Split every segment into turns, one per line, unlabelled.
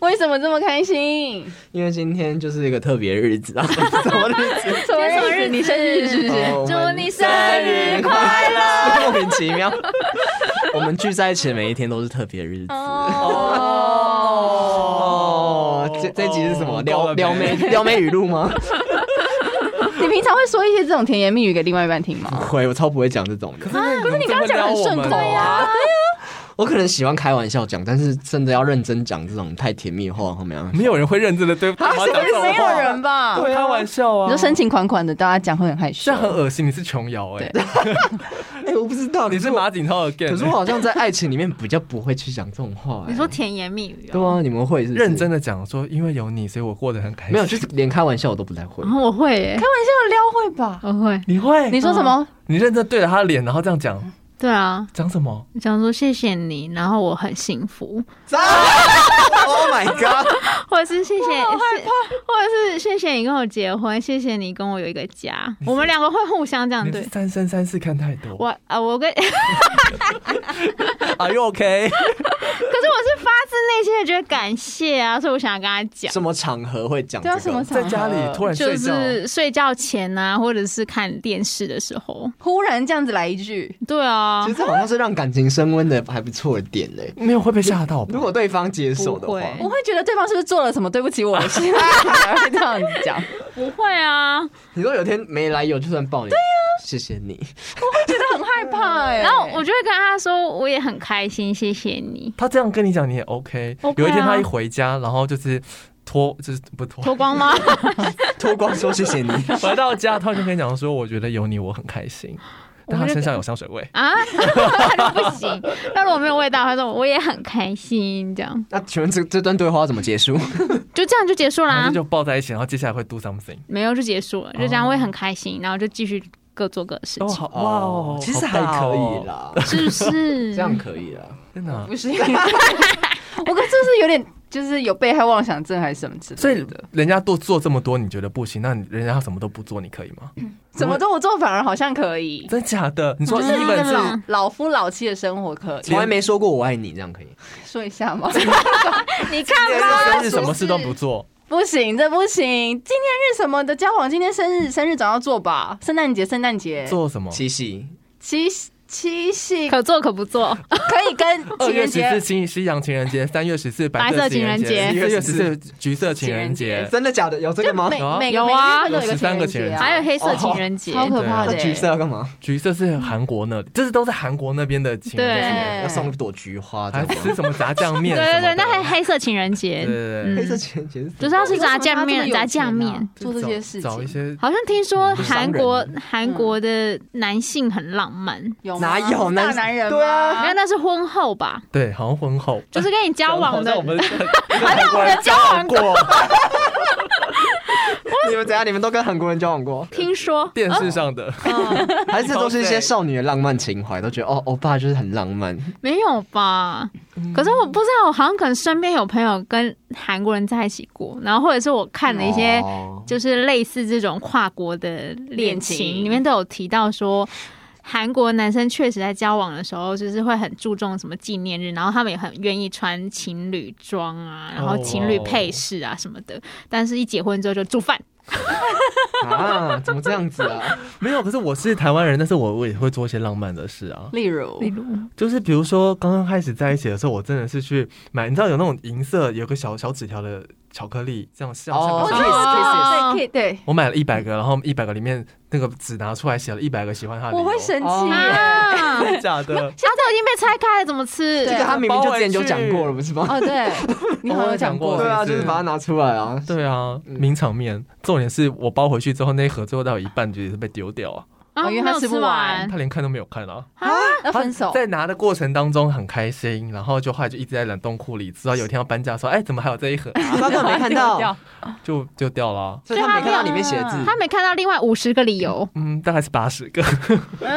为什么这么开心？
因为今天就是一个特别日子 啊，什么日子？
什么日子？你生日是不是？
哦
祝你生日快
乐！ 莫名其妙，我们聚在一起的每一天都是特别日子。哦，这这集是什么？撩撩妹 撩妹语录吗？
你平常会说一些这种甜言蜜语给另外一半听吗？
会，我超不会讲这种的。
可是你刚刚讲得很顺口啊，
我可能喜欢开玩笑讲，但是真的要认真讲这种太甜蜜的话，后面
没有人会认真的对他
啊
讲
什
这
么
种
没有人吧？
开玩笑啊，
你说深情款款的，大家讲会很害羞
这。很恶心，你是琼瑶哎，
哎，我不知道
你是马，景涛的欸 g a
可是我好像在爱情里面比较不会去讲这种话。哎
你说甜言蜜语
对
哦，
啊？你们会是不是
认真的讲说，因为有你，所以我过得很开心。
没有？就是连开玩笑我都不太会
然。 哦后我会耶，
玩笑撩会吧？
我会，
你会，
你
你
说什么？
你认真对着他的脸，然后这样讲，
对啊，
讲什么？
你想说谢谢你，然后我很幸福，
Oh my god！
或者是谢谢，是或者是谢谢你跟我结婚，谢谢你跟我有一个家，我们两个会互相这样
你是
嗯对。
三生三世看太多。
我啊，我跟 可是
Are you OK？
我是发自内心的觉得感谢啊，所以我想要跟他讲，
什么场合会讲这
对啊，
个？
什么
在
场合？
家
呃
里突然
就
睡觉，
是睡觉前啊，或者是看电视的时候，
忽然这样子来一句，
对啊
其，实好像是让感情升温的还不错的点呢、
没有会被吓到吧。
如果对方接受的
不
话，
会
我会觉得对方是不是做了什么对不起我 的事，才会这样子讲。
不会啊，
你说有天没来由就算抱你，对呀、谢谢你。
很害怕哎、
然后我就会跟他说，我也很开心，谢谢你。
他这样跟你讲，你也 OK。
OK 啊
有一天他一回家，然后就是脱，就是不脱，
脱光吗？
脱光说谢谢你，
回到家，他就跟你讲说，我觉得有你我很开心，但他身上有香水味。
啊，那就不行。那如果没有味道，他说我也很开心，这样
那请问这这段对话要怎么结束？
就这样就结束
然
啦
后。就抱在一起，然后接下来会 do something。
没有就结束了，就这样我也很开心，然后就继续各做各的事
哦，
情，
好哇哦，
其实
好
还
大
可
哦
以，啦，
是不是？
这样可以啦。
真的啊。
不是，我 刚就是有点就是有被害妄想症还是什么之
所
类
以
的，
人家做做这么多，你觉得不行？那你人家什么都不做，你可以吗？
什么都不做反而好像可以。
真假的？你说
就是
一
那
本
个
是
老
老夫老妻的生活可以
从来没说过我爱你，这样可以？
说一下吗？
你看吧，
生日什么事都不做，
不行，这不行。纪念日什么的，交往今天生日，生日总要做吧。圣诞节，圣诞节，
做什么？
七夕，
七夕七夕可
可做可不做，
以跟
二
情
月
人
十四
节。
情西洋情人节，三月十四
白色
色
情人节
节，四月十四橘色情人
情
节
人。
真的假的？有这个吗？
每
有啊
每个
有啊
每个月份都有一个情人节、
有13个情人节
啊，
还有黑色情人节，
超可怕
那
的、
橘色要干嘛？
橘色是韩国那里，这是都是韩国那边的情人节，
对
要送一朵菊花，这
还
样
吃
吗？
什么炸酱
对
面什么
对对，
的？
那还黑色情人节，
对对对
嗯
黑色情人节是什么
就是要吃炸酱面，
为什么他
炸
这么有钱
酱
啊
面。
做这些事情
找找一些
好像听说
是商
韩
人
国韩国的男性很浪漫，没
有吗
哪有
大
男
男人
对啊
有
吗，
那是婚后吧，
对，好像婚后
就是跟你交往的
好像 我们
好像我们交往
过
你们怎样？你们都跟韩国人交往过？
听说
电视上 的，
嗯
还是这都是一些少女的浪漫情怀，都觉得哦，欧巴就是很浪漫。
没有吧？可是我不知道，我好像可能身边有朋友跟韩国人在一起过，然后或者是我看了一些
哦
就是类似这种跨国的恋
恋
情，
情
里面都有提到说。韩国男生确实在交往的时候，就是会很注重什么纪念日，然后他们也很愿意穿情侣装啊，然后情侣配饰啊什么的。但是，一结婚之后就煮饭，
啊，怎么这样子啊？
没有。可是我是台湾人，但是我我也会做一些浪漫的事啊，
例如
例如
就是比如说刚刚开始在一起的时候，我真的是去买，你知道有那种银色有个小小纸条的巧克力，这样像像
哦
个
哦
小
这个
哦
对对对，
我买了一百个，然后一百个里面那个纸拿出来写了一百个喜欢他的理由，
我会生气
哦
耶。
啊，
真的假的
。现在都已经被拆开了，怎么吃？啊
这个他明明就之前就讲过了，不是吗？
哦，对， 你好像有讲过
我 有讲过
对啊，就是把它拿出来啊。
对啊，
嗯
名场面。重点是我包回去之后，那一盒最后到一半就也是被丢掉啊。
啊，
哦因为
没
他
有
吃不
吃
完
他连看都没有看啊，
要分手
他，在拿的过程当中很开心，然后就后来就一直在冷冻库里，直到有一天要搬家说，哎，怎么还有这一盒？
啊 他根本没看到
掉，
就就掉了啊。
所以他没看到里面写的字。
他没看到另外五十个理由，
嗯，大概是八十个，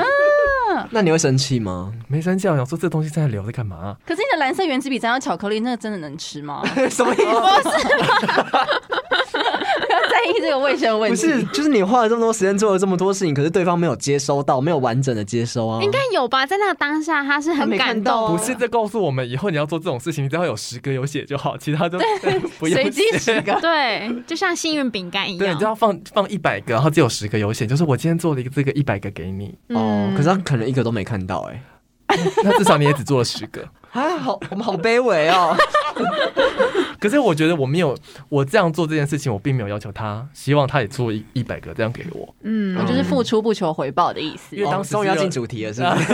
那你会生气吗？
没生气啊。我想说这东西现在留着干嘛、啊
可是你的蓝色原子笔沾到巧克力，那个真的能吃吗？
什么意思？
不要在意这个卫生问
不
题。
是，就是你花了这么多时间做了这么多事情，可是对方没有接收到，没有完整的接收啊。
应该有吧？在那个当下，他是
他
很
没
感
看到
动
啊
哦
的，
哦不是，这告诉我们以后你要做这种事情，你只要有十个有写就好，其他就不用
随
写。
机十个，
对，就像幸运饼干一
对，
样
你就。要放放一百个，然后只有十个有写，就是我今天做了一个这个一百个给你，
哦，可是他可能一个都没看到，哎，
那至少你也只做了十个。
啊，好，我们好卑微 哦。
可是我觉得我没有，我这样做这件事情，我并没有要求他，希望他也做一一百个这样给我。
嗯，
哦
我就是付出不求回报的意思
因。为当时
终于要
是
进主题了，是不是？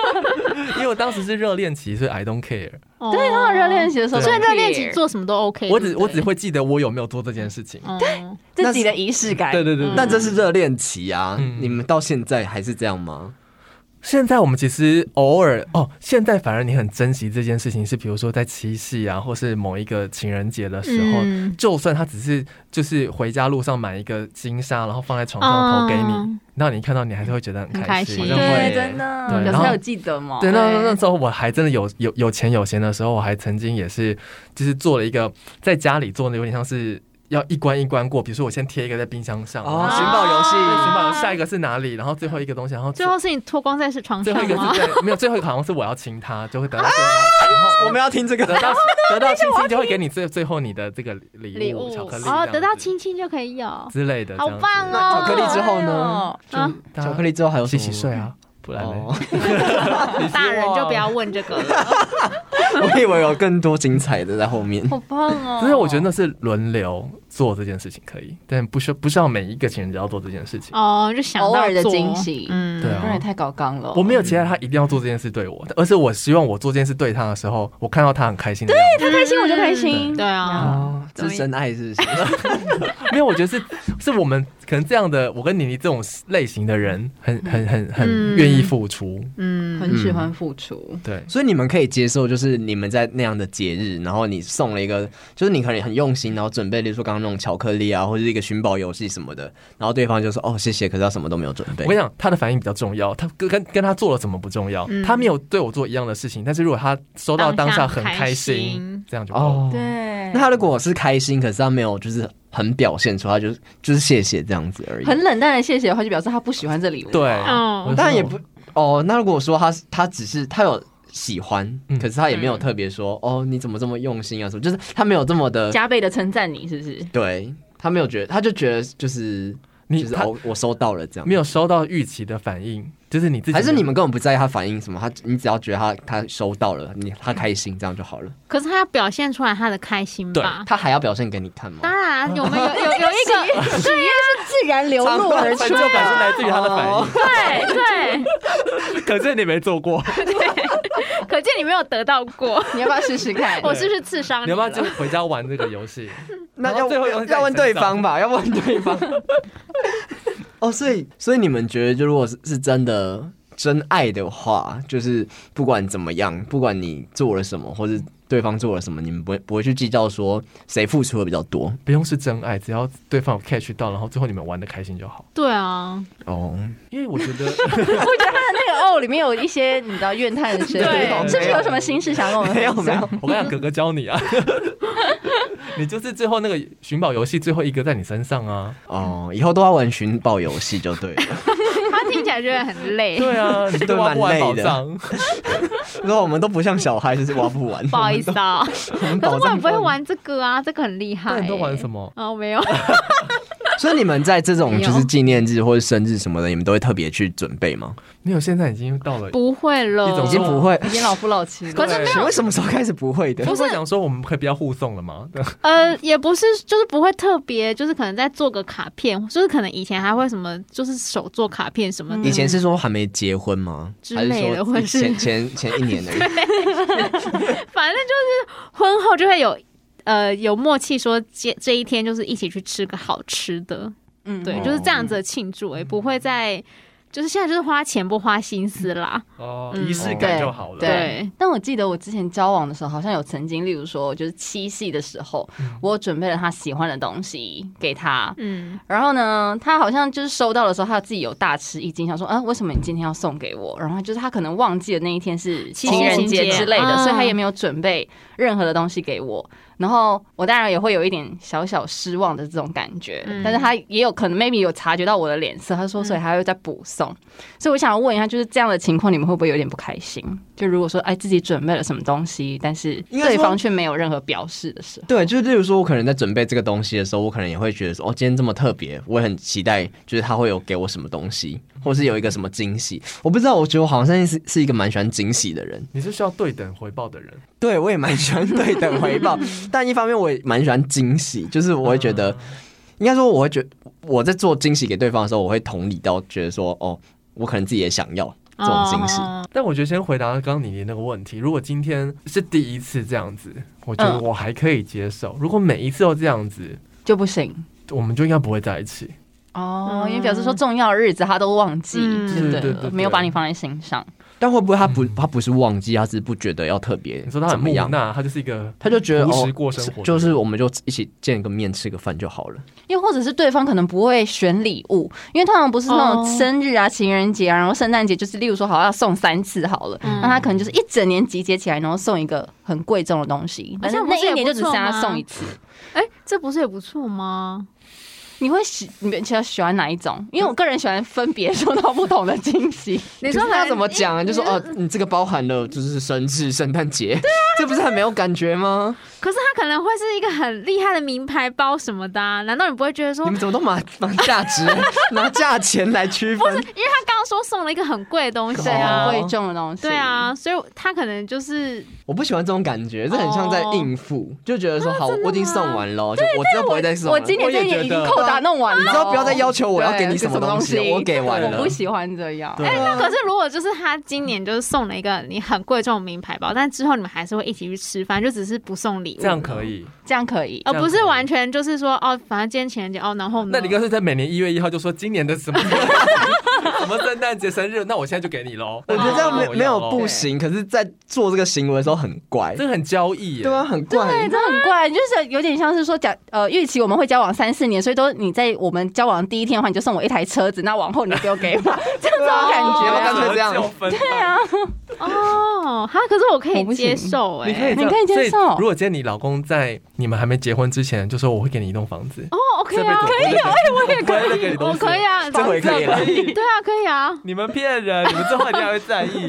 因为我当时是热恋期，所以 I don't care，
哦
对，然后热恋期的时候，
对
所以热恋期
期
做什么都 OK
我只我只
会
会记得我有没有做这件事情。
对，
自己的仪式感。
对对对，对
那这是热恋期啊，
嗯
你们到现在还是这样吗？
现在我们其实偶尔哦，现在反而你很珍惜这件事情，是比如说在七夕啊，或是某一个情人节的 时候，
嗯
就算他只是就是回家路上买一个金沙，然后放在床上投给你，
嗯
那你看到你还是会觉得很开心。
很开心
好像会
对，
对
真的
对，
有时
然后
候有记得吗？
对，那那
对
那时候我还真的有有有钱有闲的时候，我还曾经也是就是做了一个在家里做的，有点像是要一关一关过，比如说我先贴一个在冰箱上，然后
哦，
啊
寻宝游
寻
戏，
宝下一个是哪里，然后最后一个东西，然后
最后是你脱光在是床
最后
上
一个
吗
是？在没有，最后一个好像是我要亲他，就会得到最后，然后
我们要听这个。
得到得到亲亲就会给你最最后你的这个礼
礼
物
物
巧克力这样
哦，
子，
得到亲亲就可以有，好
之类的，这样子
棒
那巧克力
哦！
之后呢？
啊
大家
巧克力之后还有什
洗
么
洗睡？啊，不然呢
哦，
大人就不要问这个了。
我以为有更多精彩的在后面。
好棒哦！
只是我觉得那是轮流做这件事情可以，但不需不是要每一个情人节要做这件事情。
哦，就想到
偶尔的
做
惊喜
嗯，
对啊
不然也太搞纲
哦
了。
我没有期待他一定要做这件事对我，而是我希望我做这件事对他的时候，我看到他很开心的样子。
他开心我就开心。
对啊，
哦，这是真爱是不是？
没有，我觉得是 是我们可能这样的，我跟妮妮这种类型的人，很很很很
嗯
愿意付出。
嗯，
很喜欢付出，
对，
所以你们可以接受，就是你们在那样的节日，然后你送了一个，就是你可能很用心，然后准备，例如说刚刚那种巧克力啊，或者是一个寻宝游戏什么的，然后对方就说哦谢谢，可是他什么都没有准备
我跟。你讲，他的反应比较重要，他跟跟跟他做了什么不重要，
嗯
他没有对我做一样的事情，但是如果他收到当下很开心，
当下很开心
这样就够了。
哦，
对
那他如果是开心，可是他没有就是很表现出，他就就是谢谢这样子而已。
很冷淡的谢谢的话，就表示他不喜欢这礼物。
对，
哦
我就说
当然也不哦。那如果说他他只是他有喜欢，
嗯
可是他也没有特别说、哦你怎么这么用心啊什么，就是他没有这么的
加倍的称赞你是不是？
对。他没有觉得，他就觉得就是
你
就是
他
哦，我收到了这样，
没有收到预期的反应，就是你自己
还是你们根本不在意他反应什么，他你只要觉得他他收到了，你他开心这样就好了。
可是他要表现出来他的开心
啊
吧？
他还要表现给你看吗？
当然，啊有没 有有有一个
自然流露而
成就感是来自于他的反
哦
应，
对对，
可见你没做过，
可见你没有得到 过，
你要不要试试看？
我是不是刺伤
你
你
要不要
了？
就回家玩这个游戏？
那
然后
要
最后又在
要问
你身
对
上
方吧，要问对方。 哦，所以所以你们觉得，就如果是是真的真爱的话，就是不管怎么样，不管你做了什么，或是对方做了什么，你们不会不会去计较说谁付出的比较多
不用是真爱，只要对方有 catch 到，然后最后你们玩的开心就好。
对啊，
哦。
因为我觉得，
我觉得他的那个哦，里面有一些你知道怨叹的声音，
对
是不是有什么心事想跟我们分享？
没有没有
我跟你讲，哥哥教你啊， 你就是最后那个寻宝游戏最后一个在你身上啊。
哦，以后都要玩寻宝游戏就对了。
他听起来觉得很累。
对啊，你
对
都挖
蛮
不完
累
宝
的
藏，
然后我们都不像小孩，就是挖不完。
不好意思 啊，
我们
可
宝
是我也
藏
不会
放
玩这个啊，这个很厉害、
那
欸。
你都玩什么？
哦，没有，
所以你们在这种
没
就
有
是纪念日或者生日什么的，你们都会特别去准备吗？
没有，现在已经到了。
不会 了，
一种
已经不会。
已经老夫老妻了。
可是没
请
有
问，什么时候开始不会的？
不是讲说我们可以不要互送了吗？
呃，也不是，就是不会特别，就是可能再做个卡片，就是可能以前还会什么，就是手做卡片什么的。
嗯
以前是说还没结婚吗？
之
还是
类的
说
或者是
前前前一 年而已？
反正就是婚后就会有。呃，有默契说这这一天就是一起去吃个好吃的，
嗯
对，
哦嗯
就是这样子的庆祝、也不会再就是现在就是花钱不花心思啦。
哦，
嗯
仪式感
对
就好了。
对
对，但我记得我之前交往的时候，好像有曾经，例如说，就是七夕的时候，我有准备了他喜欢的东西给他，
嗯，
然后呢，他好像就是收到的时候，他自己有大吃一惊，想说，啊，为什么你今天要送给我？然后就是他可能忘记了那一天是
七
情
夕
人节
情
之
节
类的，
嗯
所以他也没有准备任何的东西给我。然后我当然也会有一点小小失望的这种感觉，
嗯
但是他也有可能 maybe 有察觉到我的脸色，他说，所以他会再补送。
嗯
所以我想要问一下，就是这样的情况，你们会不会有点不开心？就如果说，哎，自己准备了什么东西，但是
应该说
对方却没有任何表示的时候，
对，就是例如说，我可能在准备这个东西的时候，我可能也会觉得说，哦，今天这么特别，我也很期待，就是他会有给我什么东西，或是有一个什么惊喜。我不知道，我觉得我好像是是一个蛮喜欢惊喜的人，
你是需要对等回报的人，
对我也蛮喜欢对等回 报，但一方面我也蛮喜欢惊喜，就是我会觉得，应该说我会觉我在做惊喜给对方的时候，我会同理到觉得说，哦，我可能自己也想要这种惊喜。
哦
但我觉得先回答刚刚你的那个问题，如果今天是第一次这样子，我觉得
嗯
我还可以接受。如果每一次都这样子，
就不行。
我们就应该不会在一起。
哦，
嗯
因为表示说重要的日子他都忘记，
嗯
对不
对对对对
没有把你放在心上。
但会不会他不他不是忘记，他只是不觉得要特别，
你说他很
怎么
木
样？
讷，他就是一个
他就觉得
朴实
哦，
过生活的人，
就是我们就一起见个面吃个饭就好了。
又或者是对方可能不会选礼物，因为通常不是那种
哦
生日啊、情人节啊，然后圣诞节，就是例如说好要送三次好了，
嗯
那他可能就是一整年集结起来，然后送一个很贵重的东西，
好像
那
不是
一
也
年就
不
只
错
剩他
吗
送一次。
哎、这不是也不错吗？
你会喜你比较喜欢哪一种？因为我个人喜欢分别收到不同的 惊喜。
你
就是他
来
怎么讲啊？
你
就说
你啊
哦，你这个包含了就是生日、圣诞节，这不是很没有感觉吗？
可是他可能会是一个很厉害的名牌包什么的、啊，难道你不会觉得说
你，们怎么 都拿拿价值、拿价钱来区分？
因为他刚刚说送了一个很贵的东西
对
哦
啊，
啊？
贵重的东西。
对，啊，所以他可能就是
我不喜欢这种感觉，这很像在应付，就觉得说好，我已经送完了，就我知道不会再送了。
我今年这一年已经
我也觉得
扣打弄完了，
啊你知道不要再要求我要
对
给你什么东西
给什么
我给完了
我不喜欢这样。
对
那
啊
可是，如果就是他今年就是送了一个你很贵重的名牌包，但之后你们还是会一起去吃饭，就只是不送礼物，
这样可，以。
这样可以。
而、
这样
不
可以
是完全就是说哦，反正今天情人节哦，然后呢？
那你刚才在每年一月一号就说今年的什么什么圣诞节、生日，那我现在就给你喽。
我觉得这样没
哦
没有
要咯
不行，可是，在做这个行为的时候很怪，
这很交易耶。
对啊，很怪
对，。这哎很怪，就是有点像是说讲呃，预期我们会交往三四年，所以都你在我们交往第一天的话，你就送我一台车子，那往后你就不用给我，这样子我感
你要不要
觉
干脆这样
纠纷。对啊，
哦，哈，可是我可
我
以
不行
接受哎、
你可以这样
你可以接
所以
受
如果今天你老公在你们还没结婚之前就说我会给你一栋房子，
哦，OK 啊，
可以啊，我也可以，
我可以啊，
这回可以了
可以。
对啊，可以啊。
你们骗人，你们这话一定还会在意。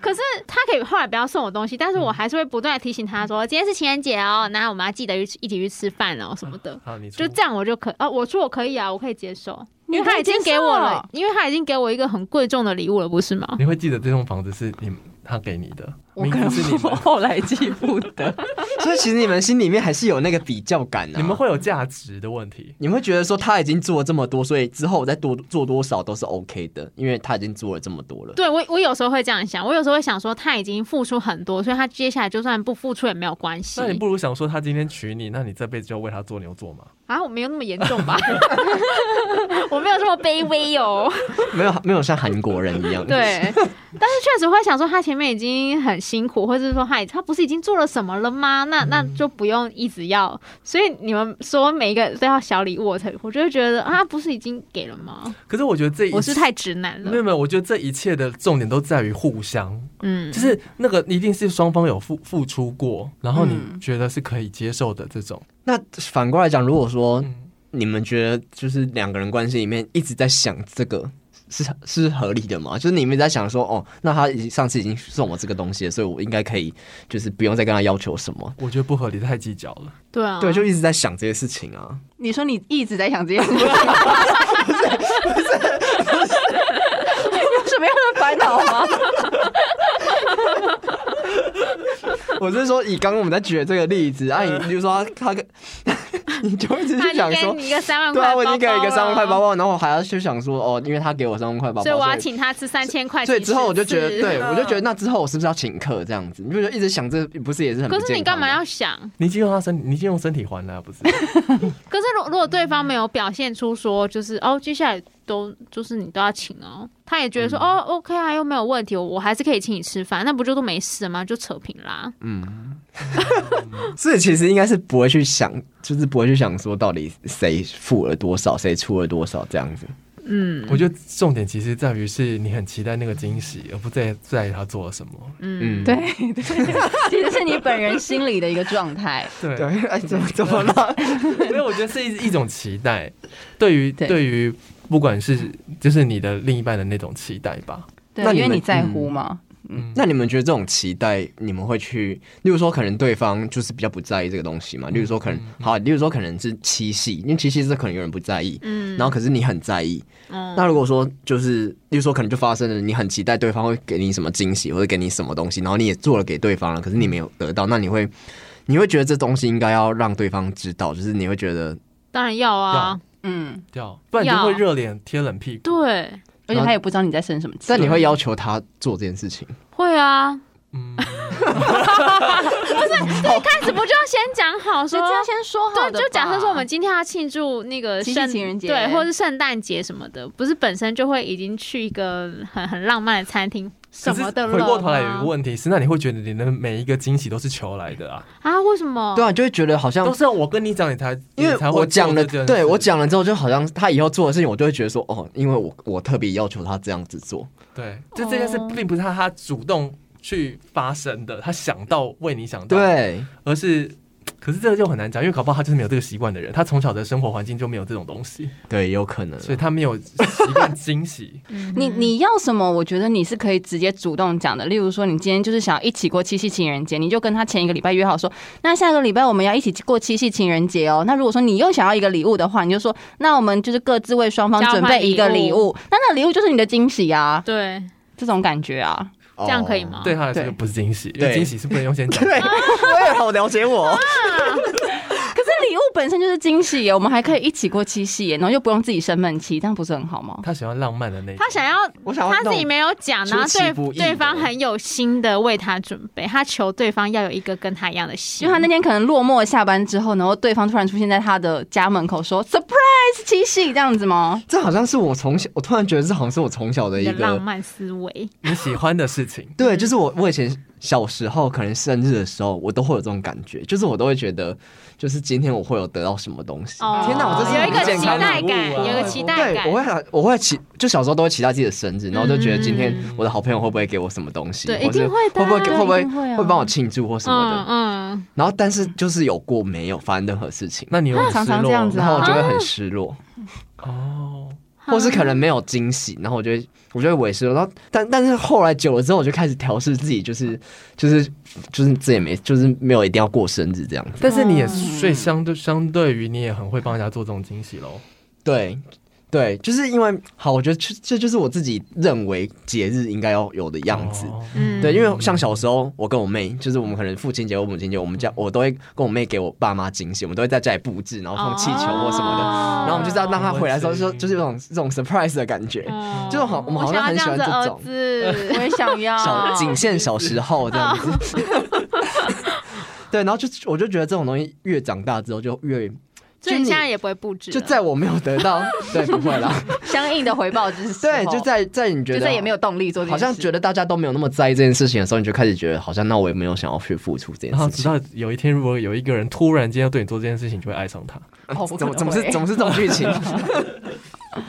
可是他可以后来不要送我东西，但是我还是会不断的提醒他
嗯
说，今天是情人节哦，那我们要记得一起一起去吃饭哦什么的。
好，你
就这样，我就可哦，我说我可以啊，我可以接受，因为
你可
他
以
已经
接
给我了
受，
因为他已经给我一个很贵重的礼物了，不是吗？
你会记得这栋房子是你们他给你的，
我
名
可能
字是你们，
后来记不得，
所以其实你们心里面还是有那个比较感的。
你们会有价值的问题。
你们会觉得说他已经做了这么多，所以之后我再多做多少都是 OK 的，因为他已经做了这么多了。
对我，我有时候会这样想，我有时候会想说他已经付出很多，所以他接下来就算不付出也没有关系
那。你不如想说他今天娶你，那你这辈子就为他做牛做马。
啊，我没有那么严重 吧？我没有这么卑微哦。
没有没有像韩国人一样。
对，但是确实会想说，他前面已经很辛苦，或者是说哎他已他不是已经做了什么了吗？那那
嗯
就不用一直要。所以你们说每一个都要小礼物，我才我就会觉得啊，不是已经给了吗？
可是我觉得这一
我是太直男
没
了
有。没有，我觉得这一切的重点都在于互相，
嗯，
就是那个一定是双方有付付出过，然后你
嗯
觉得是可以接受的这种。
那反过来讲，如果说
嗯，
你们觉得就是两个人关系里面一直在想这个。是是合理的嘛？就是你们在想说，哦，那他已经上次已经送我这个东西了，所以我应该可以，就是不用再跟他要求什么。
我觉得不合理，太计较了。
对啊，
对，就一直在想这些事情啊。
你说你一直在想这件事情，不是不是， 有什么样的烦恼吗？
我是说，以刚刚我们在举的这个例子，啊，你比如说他他跟， 你就一直
呃
去
他已经
想
给
说，
你一个三万
对
块，
啊，我已经给了一个三万块包，包，然后我还要去想说，哦，因为他给我三万块包包，
所以我要
以
请他吃三千块。
所以之后我就觉得，
几十次
对我就
嗯
觉得那之后我是不是要请客这样子？你不觉得一直想这不是也是很不
可是你
健
干
康
嘛
吗
要想？
你已经用他身，你已经
嗯
用身体还了，不是？
可是如如果对方没有表现出说，就是哦，接下来都就是你都要请哦。他也
嗯
觉得说、哦，OK 啊，又没有问题，我我还是可以请你吃饭，那不就都没事了吗？就扯平啦。
嗯 所以其实应该是不会去想，就是不会去想说到底谁付了多少，谁出了多少这样子。
嗯
我觉得重点其实在于是你很期待那个惊喜，而不在在于他做了什么。
嗯，
嗯，
对对，其实是你本人心里的一个状态。
对
对，哎，怎么怎么了？
所以我觉得是一一种期待，对于
对
对于不管是就是你的另一半的那种期待吧。
对
那，你
因
们嗯
为你在乎嘛。
那你们觉得这种期待，你们会去，例如说，可能对方就是比较不在意这个东西嘛？例如说，可能好，例如说，可能是七夕，因为七夕是可能有人不在意，
嗯
然后可是你很在意。
嗯
那如果说就是，例如说，可能就发生了，你很期待对方会给你什么惊喜，或者给你什么东西，然后你也做了给对方了，可是你没有得
嗯
到，那你会，你会觉得这东西应该要让对方知道，就是你会觉得，
当然要啊，
嗯，
要不然你就会
要
热脸贴冷屁股。
对，
而且他也不知道你在生什么气。
但你会要求他做这件事情。
会啊。
哦
嗯，
对，开始不就要先讲好
就
说
这样先说好
对，
的吧
就假设说我们今天要庆祝那个
七夕
圣
情人节
对，或者是圣诞节什么的，不是本身就会已经去一个很很浪漫的餐厅什么的
可
了
是回过头来有一
吗
个问题是，那你会觉得你的每一个惊喜都是求来的啊？
啊？为什么？
对啊，就会觉得好像
都是要我跟你讲，你才
因为
你才会
我讲了，
做这件事
对我讲了之后，就好像他以后做的事情，我就会觉得说，哦，因为我我特别要求他这样子做，
对，就这件事
哦
并不是他他主动去发生的，他想到为你想到，，
对，
哦
而是。可是这个就很难讲，因为搞不好他就是没有这个习惯的人，他从小的生活环境就没有这种东西，
对，有可能，
所以他没有习惯惊 喜。
嗯
你
哼
你要什么，我觉得你是可以直接主动讲的。例如说，你今天就是想要一起过七夕情人节，你就跟他前一个礼拜约好说，那下个礼拜我们要一起过七夕情人节哦。那如果说你又想要一个礼物的话，你就说，那我们就是各自为双方
交换
准备一个
礼
礼
物
物，那那礼物就是你的惊喜啊，
对
这种感觉啊。
这
这样可以吗？
对，他来说
对
就不是惊喜，因
对
为惊喜是不能用先
哦
讲。
对，我也好了解我，
可是礼物本身就是惊喜耶，我们还可以一起过七夕耶，然后又不用自己生闷气，这样不是很好吗？
他喜欢浪漫的那一种，
他想要。
我想要
他
那
自己
种
没有讲，然后
出其
对
不意
对
的
方很有心的为他准备，他求对方要有一个跟他一样的心。
就他那天可能落寞下班之后，然后对方突然出现在他的家门口说 “surprise 七夕”这样子吗？
这好像是我从小，我突然觉得这好像是我从小的
你
一
的浪
个，哦
漫思维，
你喜欢的事情，
对，就是我我以前小时候可能生日的时候，我都会有这种感觉，就是我都会觉得，就是今天我会有得到什么东西，
哦
天哪，我这是
有一个
很健
期
康的
待
礼物
感，
啊
有一个期待
对，
感。
我会很我会期，就小时候都会期待自己的生日，然后就觉得今天
嗯
我的好朋友会不会给我什么东西，
对
或
一定
者
会的
会
啊
不会给
对
会不会
一定会啊
会帮我庆祝或什么
嗯
的。
嗯，
然后但是就是有过没有发生任何事情，
那你有很
常常
失落
这样子
然
啊
后我就会很失落，
哦，
或是可能没有惊喜，然后我就会我就会委失落。然后但但是后来久了之后，我就开始调试自己，就是就是就是这也没就是没有一定要过生日这样子。
但是你也所以相对相对于你也很会帮人家做这种惊喜喽。
对。对，就是因为好，我觉得这这就是我自己认为节日应该要有的样子。
哦
嗯
对，因为像小时候，我跟我妹，就是我们可能父亲节或母亲节，我们家我都会跟我妹给我爸妈惊喜，我们都会在家里布置，然后放气球或什么的，哦
哦
然后我们就是要让她回来的时候，就
温馨
就是有种这种 surprise 的感觉，
哦
就是好我们好像
想
很
要
喜欢
这样
这
子呃
种
儿 子，
也想要啊
小仅限小时候这样子。 对，然后就我就觉得这种东西越长大之后就越
所以你现在也不会布置了，
就在我没有得到，对，不会啦，
相应的回报就是时候
对，就在在你觉
就
得
再也没有动力做这
好
件事，
像觉得大家都没有那么在意这件事情的时候，你就开始觉得好像那我也没有想要去付出这件
然后
事
直
情。
到有一天，如果有一个人突然间要对你做这件事情，你就会爱上他。
哦
怎么怎么是怎么是这种剧 情？。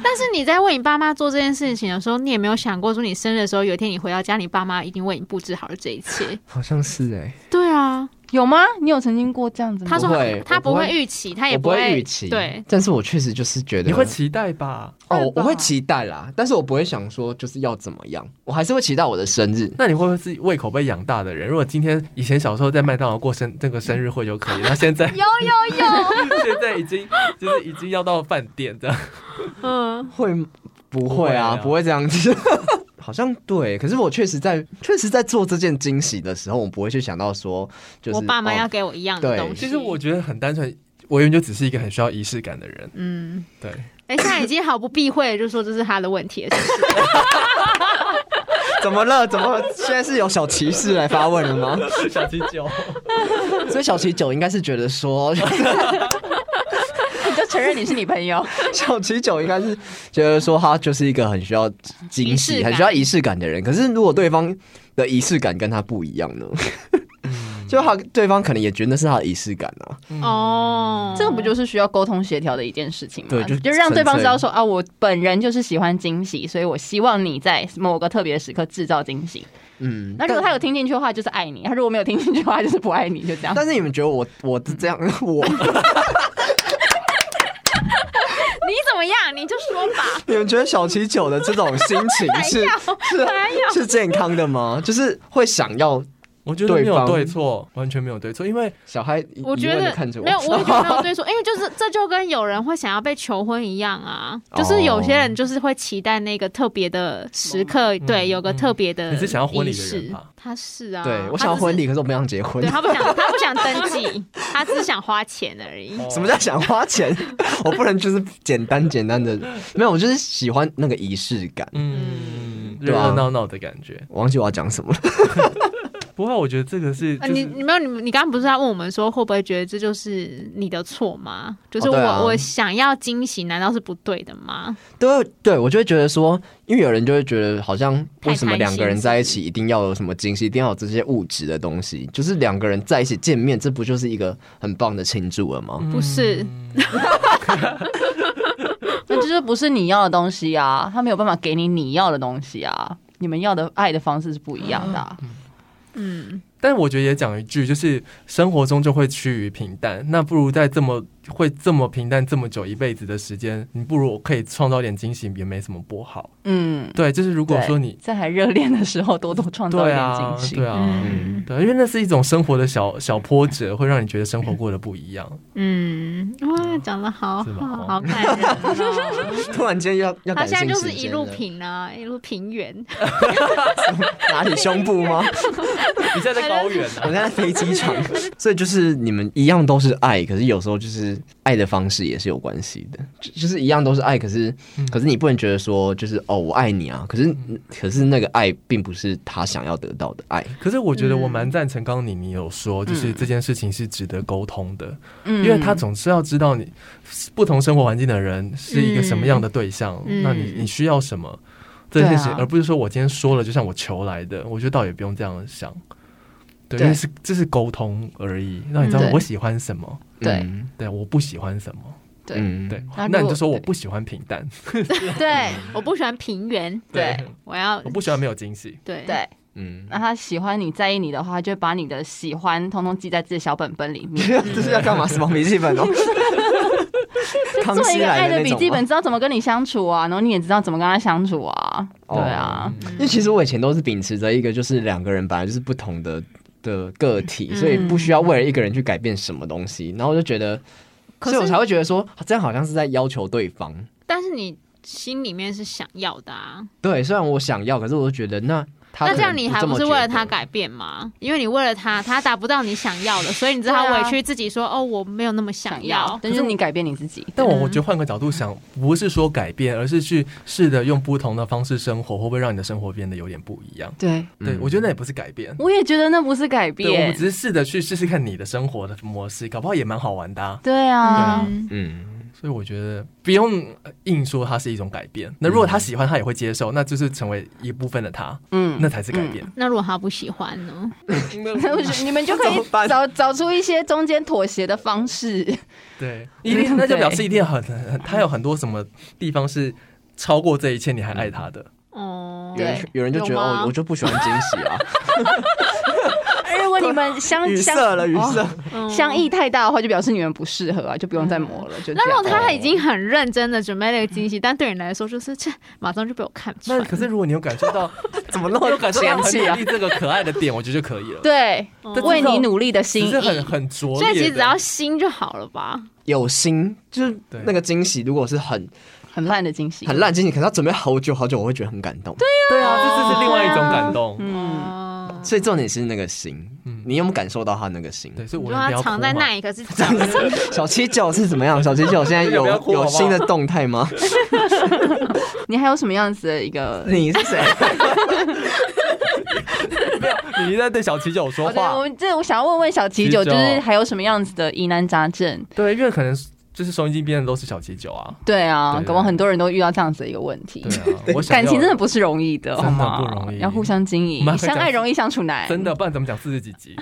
但是你在为你爸妈做这件事情的时候，你也没有想过说你生日的时候，有一天你回到家，你爸妈一定为你布置好了这一切
好像是哎、
对啊，
有吗？你有曾经过这样子吗？
他说
不会
他
我不
不会
会
预期，他也
我不
会
会预期，
对，，
但是我确实就是觉得
你会期待吧？
哦，
会
我
吧
我会期待啦，但是我不会想说就是要怎么样，我还是会期待我的生日。
那你会不会是胃口被养大的人？如果今天以前小时候在麦当劳过生这个生日会就 可以，那现在有有有，现在已经就是已经要到饭店 这样。
嗯，
会不会啊？
不
不会这样子。 好像对，可是我确实在确实在做这件惊喜的时候，我不会去想到说，就是
我爸妈
哦
要给我一样的
对
东西。
其实我觉得很单纯，我原本就只是一个很需要仪式感的人。
嗯，
对，
哎，现在已经毫不避讳地就说这是他的问题了，是不是
怎么了？怎么了？现在是有小骑士来发问了 吗？
小啤酒。
所以小骑九应该是觉得说，
就承认你是你朋友。
小七九应该是觉得说他就是一个很需要惊
仪式
喜、
感
很需要仪式感的人。可是如果对方的仪式感跟他不一样呢？ 就他对方可能也觉得那是他的仪式感啊。
哦，
这个不就是需要沟通协调的一件事情吗？
对就
就让对方
纯粹
知道说啊，我本人就是喜欢惊喜，所以我希望你在某个特别时刻制造惊喜。
嗯，
那如果
但
他有听进去的话，就是爱你；他如果没有听进去的话，就是不爱你，就这样。
但是你们觉得我我是这样， 我
你怎么样？你就说 吧。
你们觉得小七九的这种心情 是是是健康的吗？就是会想要
我觉得没
对
有
方
对错，完全没有对错，因为
小孩疑疑
我觉
问地
得
看着我，
没有，我也觉得没有对错，因为就是这就跟有人会想要被求婚一样啊，就是有些人就是会期待那个特别的时刻，对，有个特别的。
你是想要婚礼的人吧？
他是啊，
对我
他
想要
只是
婚礼，可是我不想结婚
对。他不想，他不想登记，他只是想花钱而已。
什么叫想花钱？ 我不能就是简单简单的，没有，我就是喜欢那个仪式感。
嗯，热
对啊
热闹闹的感觉。
我忘记我要讲什么了。
不过我觉得这个是，
啊，
就
你
是
你没有你你刚刚不是在问我们说会不会觉得这就是你的错吗？就是
哦
我、
对啊
我想要惊喜，难道是不对的吗？
对对，我就会觉得说，因为有人就会觉得好像
太
为什么
贪
两
心
个人
是
在一
不是
起一定要有什么惊喜，一定要有这些物质的东西，就是两个人在一起见面，这不就是一个很棒的庆祝了吗？
不是，
那就是不是你要的东西啊，他没有办法给你你要的东西啊。你们要的爱的方式是不一样的啊、
嗯，
但我觉得也讲一句，就是生活中就会趋于平淡，那不如在这么会这么平淡这么久一辈子的时间，你不如我可以创造点惊喜，也没什么不好。
嗯，
对，就是如
对
果说你
在还热恋的时候多多创造一
对
点
啊
惊，喜，
对啊，
嗯
对，因为那是一种生活的小小波折，会让你觉得生活过得不一样。
嗯，哇，讲的好
是吧
好，好感人哦、
突然间要要
他
感
现在
性
就是
时
一
间
路
了
平啊，一路平 原，
哪里胸部吗？
你现在在高原
我
啊，
现在在飞机 场，所以就是你们一样都是爱，可是有时候就是爱的方式也是有关系的，就就是一样都是爱，可是可是你不能觉得说就是哦我爱你啊，可是可是那个爱并不是他想要得到的爱，
可是我觉得我
嗯
蛮赞成刚刚你你有说，就是这件事情是值得沟通的，
嗯
因为他总是要知道你不同生活环境的人是一个什么样的对象，
嗯
那你你需要什么这件事
对
情，
啊
而不是说我今天说了就像我求来的，我觉得倒也不用这样想。对，
对
因为是这是沟通而已，让你知道
嗯对
我喜欢什么，
对
嗯
对，我不喜欢什么，
对
嗯
对，
那如
那你
果
就说我
对
不喜欢平淡，
对
我不喜欢平原，
对
我要
我不喜欢没有惊喜，
对
哦对，啊
嗯，
那他喜欢你在意你的话，他就会把你的喜欢通通记在自己的小本本里 面，
这是要干嘛？什么笔记 本哦？康
做一
熙
个爱
来
的
那
笔
种
记本，
吗。
知道怎么跟你相处啊，然后你也知道怎么跟他相处啊，
哦
对啊，
因为其实我以前都是秉持着一个，就是两个人本来就是不同的的个体，所以不需
嗯
要为了一个人去改变什么东西。然后我就觉得，
可
所以我
是
才会觉得说，这样好像是在要求对方。
但是你心里面是想要的啊，
对，虽然我想要，可是我就觉得那他
那
可
这样
能
你还
这
不
么
是为
觉
了
得
他？改变吗？因为你为了他，他达不到你想要的，所以你知道
对啊
委屈自己说哦，我没有那么想要。
但是你改变你自己，
但我我
嗯
觉得换个角度想，不是说改变，而是去试着用不同的方式生活，会不会让你的生活变得有点不一样？
对，
对，我觉得那也不是改变，
我也觉得那不是改
对，我们
变
只，是试着去试试看你的生活的模式，搞不好也蛮好玩的、啊。
对啊，
嗯
嗯，
所以我觉得不用硬说它是一种改变。那如果他喜欢，他也会接受，那就是成为一部分的他，
嗯
那才是改变。
那如果他不喜欢呢？
我觉得你们就可
怎
以
么办
找找出一些中间妥协的方式，
对，一定那就
对
表示一定很很很他有很多什么地方是超过这一切，你还爱他的。
哦，
有人
对
有人就觉得
有吗
哦，我就不喜欢惊喜 啊，
而如果你们相
语
相哦
塞了，语塞。
嗯
相异太大的话，就表示你们不适合啊，就不用再磨了。就
那
这
如
样
果他已
哦
经很认真的准备了一个惊喜，但对你来说就是这马上就被我看穿
那。可是如果你有感受 到，
怎么那
有
么
感受 到很
嫌弃
努
啊？
力这个可爱的点，我觉得就可以了。
对
哦
但
为
至少
你努力的心
只
意
是，很很拙
所
劣的。
以其实只要心就好了吧？
有心就是
对
那个惊喜，如果是很
很烂的惊喜，
很烂惊喜，可是要准备好久好久，我会觉得很感动。对，
对啊，这就是另外一种感动。
嗯，
哦，
所以重点是那个心，你有没有感受到他那个心？
对，所以
如
我
果
们
他
不要
藏
哭
在
嘛
那里，可是藏不住
小七九是怎么样？小七九现在有
不要哭好
有
不好
新的动态吗？
你还有什么样子的一个？
你是 谁？
你一直在对小七九说
哦对，
话
我，们这我想要问问小七九，
七
就
九
是还有什么样子的疑难杂症？
对，因为可能就是收音机边的都是小七九啊。
对啊
对，
搞不好很多人都遇到这样子的一个问题
对。啊，我想要
感情真的不是容易的，
真
好
的
吗？
不容易
要互相经
我们
营，
还会
相爱
讲
容易相处难。
真的，，不然怎么讲四十几集？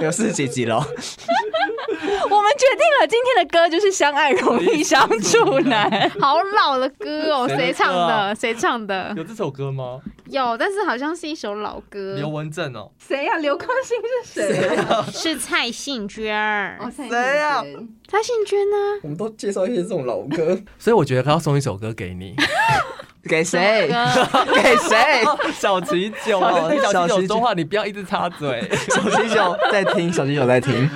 有四十几集了，
我们决定了今天的歌就是《相爱容易相处难》。
好老的歌哦，
谁
谁
的歌
唱
啊
的？谁唱的？
有这首歌吗？
有，但是好像是一首老歌，
刘文正哦，
谁呀、刘康欣是谁、哦
是蔡幸娟儿。
谁呀
哦蔡幸娟呢？
我们都介绍一些这种老歌，
所以我觉得他要送一首歌给你，
给谁？ 给谁？
小七九
哦
哦，小
小
七
七
九
九
说话你不要一直插嘴。
小鸡九在听，小鸡九在听。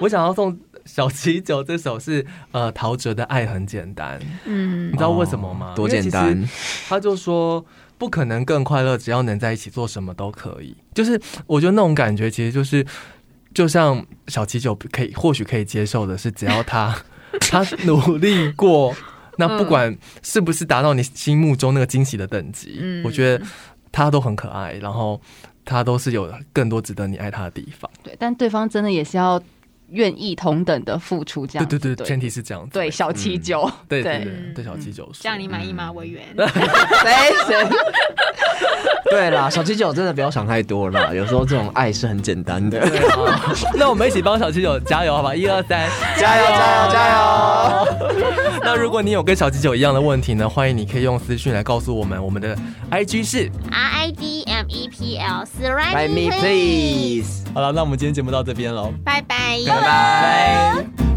我想要送小七九这首是呃陶喆的《爱很简单》，
嗯
你，知道为什么
哦
吗？
多简单
因为其实他就说不可能更快乐，只要能在一起做什么都可以。就是我觉得那种感觉，其实就是就像小七九可以或许可以接受的是，只要他他努力过，那不管是不是达到你心目中那个惊喜的等级，
嗯
我觉得他都很可爱，然后他都是有更多值得你爱他的地方。
对，但对方真的也是要愿意同等的付出，这
对
样
对对，
对
前提是这样子。
对小七九，
对
对
对对
嗯
对，小七九说
这样你满意吗，委员？
嗯
谁谁？ 对啦，小鸡九真的不要想太多啦，有时候这种爱是很简单的。
对啊那我们一起帮小七九加油，好吧？一二三，
加油加油加油！
那如果你有跟小鸡九一样的问题呢，欢迎你可以用私讯来告诉我们，我们的 IG 是
R I D M E P L 四
Write
Ride
me please。
好了。那我们今天节目到这边喽，
拜拜。
拜拜。